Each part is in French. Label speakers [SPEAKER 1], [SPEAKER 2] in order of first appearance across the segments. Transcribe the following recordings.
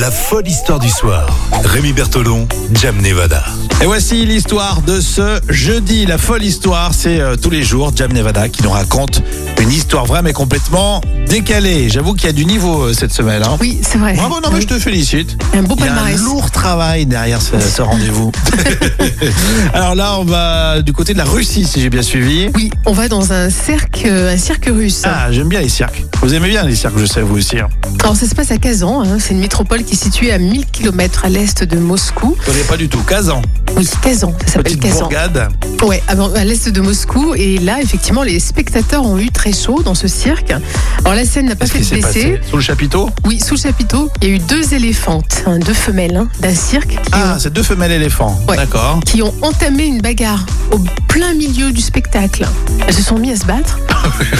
[SPEAKER 1] La folle histoire du soir. Rémi Bertolon, Jam Nevada.
[SPEAKER 2] Et voici l'histoire de ce jeudi. La folle histoire, c'est euh, tous les jours Jam Nevada qui nous raconte une histoire vraie mais complètement décalée. J'avoue qu'il y a du niveau euh, cette semaine. hein.
[SPEAKER 3] Oui, c'est vrai.
[SPEAKER 2] Bravo, non mais je te félicite.
[SPEAKER 3] Un beau
[SPEAKER 2] Il y a un
[SPEAKER 3] palmarès.
[SPEAKER 2] lourd travail derrière ce, ce rendez-vous. Alors là, on va du côté de la Russie, si j'ai bien suivi.
[SPEAKER 3] Oui, on va dans un cirque, euh, un cirque russe.
[SPEAKER 2] Ah, j'aime bien les cirques. Vous aimez bien les cirques, je sais, vous aussi. hein.
[SPEAKER 3] Alors ça se passe à Kazan, hein, c'est une métropole qui est située à 1000 km à l'est de Moscou.
[SPEAKER 2] Je connais pas du tout. Kazan,
[SPEAKER 3] Oui, Kazan, ça s'appelle
[SPEAKER 2] petite
[SPEAKER 3] Euh, Kazan.
[SPEAKER 2] bourgade.
[SPEAKER 3] Ouais, à à l'est de Moscou. Et là, effectivement, les spectateurs ont eu très chaud dans ce cirque. Alors la scène n'a pas
[SPEAKER 2] Qu'est-ce
[SPEAKER 3] fait
[SPEAKER 2] qui
[SPEAKER 3] de
[SPEAKER 2] s'est
[SPEAKER 3] baisser.
[SPEAKER 2] passé Sous le chapiteau
[SPEAKER 3] Oui, sous le chapiteau, il y a eu deux éléphantes, hein, deux femelles hein, d'un cirque qui,
[SPEAKER 2] Ah, c'est deux femelles éléphants.
[SPEAKER 3] Ouais.
[SPEAKER 2] D'accord.
[SPEAKER 3] ont, qui ont entamé une bagarre au plein milieu du spectacle. Elles se sont mises à se battre.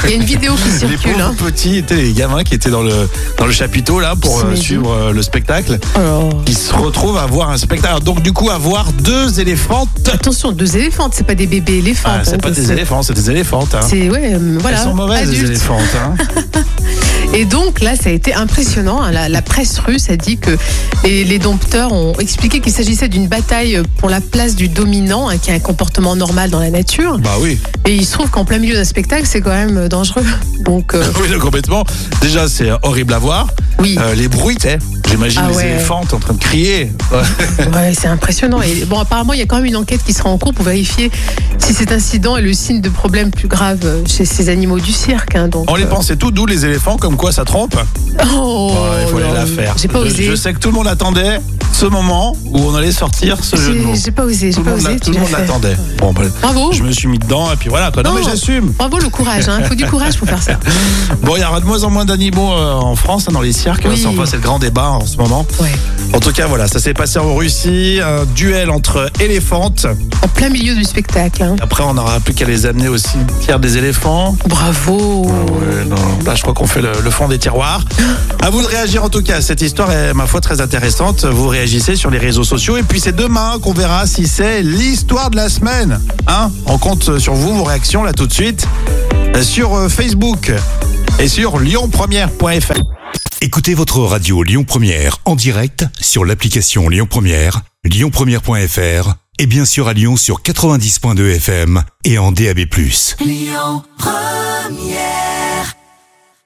[SPEAKER 3] Il y a une vidéo qui
[SPEAKER 2] les
[SPEAKER 3] circule.
[SPEAKER 2] pauvres
[SPEAKER 3] hein.
[SPEAKER 2] petits étaient les gamins qui étaient dans le dans le chapiteau là pour euh,
[SPEAKER 3] J'imagine.
[SPEAKER 2] suivre euh, le spectacle
[SPEAKER 3] Alors,
[SPEAKER 2] qui se retrouvent à voir un spectacle Alors, donc du coup à voir deux éléphantes
[SPEAKER 3] Attention, deux éléphantes, c'est pas des bébés éléphants.
[SPEAKER 2] ah, c'est
[SPEAKER 3] hein,
[SPEAKER 2] pas
[SPEAKER 3] donc
[SPEAKER 2] des éléphants c'est des éléphantes hein.
[SPEAKER 3] C'est ouais, euh, voilà.
[SPEAKER 2] elles sont mauvaises les
[SPEAKER 3] adultes.
[SPEAKER 2] éléphantes hein.
[SPEAKER 3] Et donc là, ça a été impressionnant. hein. La, la presse russe a dit que les, les dompteurs ont expliqué qu'il s'agissait d'une bataille pour la place du dominant, hein, qui a un comportement normal dans la nature.
[SPEAKER 2] bah oui
[SPEAKER 3] Et il se trouve qu'en plein milieu d'un spectacle, c'est quand même euh, dangereux. Donc euh,
[SPEAKER 2] oui donc, complètement déjà c'est euh, horrible à voir
[SPEAKER 3] oui,
[SPEAKER 2] Euh, les bruits t'es j'imagine
[SPEAKER 3] Ah
[SPEAKER 2] les
[SPEAKER 3] ouais.
[SPEAKER 2] éléphantes en train de crier Ouais.
[SPEAKER 3] ouais, c'est impressionnant. Et bon, apparemment, il y a quand même une enquête qui sera en cours pour vérifier si cet incident est le signe de problèmes plus graves euh, chez ces animaux du cirque. hein. donc,
[SPEAKER 2] on les
[SPEAKER 3] euh,
[SPEAKER 2] pense et tout d'où les éléphants comme quoi ça trompe
[SPEAKER 3] Oh,
[SPEAKER 2] Ouais, il faut aller
[SPEAKER 3] non,
[SPEAKER 2] la faire
[SPEAKER 3] J'ai pas
[SPEAKER 2] Je-
[SPEAKER 3] osé.
[SPEAKER 2] je sais que tout le monde attendait ce moment où on allait sortir ce jeu de mots
[SPEAKER 3] J'ai j'ai pas osé, j'ai
[SPEAKER 2] Tout le
[SPEAKER 3] pas
[SPEAKER 2] monde,
[SPEAKER 3] osé.
[SPEAKER 2] l'a- tout
[SPEAKER 3] tu
[SPEAKER 2] le
[SPEAKER 3] l'as
[SPEAKER 2] monde
[SPEAKER 3] fait.
[SPEAKER 2] l'attendait. Bon, bah,
[SPEAKER 3] Bravo,
[SPEAKER 2] je me suis mis dedans et puis voilà. Quoi. Non,
[SPEAKER 3] Non.
[SPEAKER 2] mais j'assume.
[SPEAKER 3] bravo le courage, hein. faut du courage pour faire ça.
[SPEAKER 2] Bon, il y aura de moins en moins d'animaux euh, en France, hein, dans les cirques.
[SPEAKER 3] Oui.
[SPEAKER 2] C'est enfin, c'est le grand débat en ce moment.
[SPEAKER 3] Ouais.
[SPEAKER 2] En tout cas, voilà, ça s'est passé en Russie. Un duel entre éléphantes.
[SPEAKER 3] En plein milieu du spectacle. hein.
[SPEAKER 2] Après, on n'aura plus qu'à les amener au cimetière des éléphants.
[SPEAKER 3] Bravo.
[SPEAKER 2] Ouais, non, Là, je crois qu'on fait le, le fond des tiroirs. À vous de réagir en tout cas. Cette histoire est, ma foi, très intéressante. Vous réagissez sur les réseaux sociaux. Et puis, c'est demain qu'on verra si c'est l'histoire de la semaine. Hein On compte sur vous, vos réactions là tout de suite sur euh, Facebook et sur lyonpremière.fr.
[SPEAKER 1] Écoutez votre radio Lyon Première en direct sur l'application Lyon Première, lyonpremière.fr et bien sûr à Lyon sur 90.2 FM et en DAB+.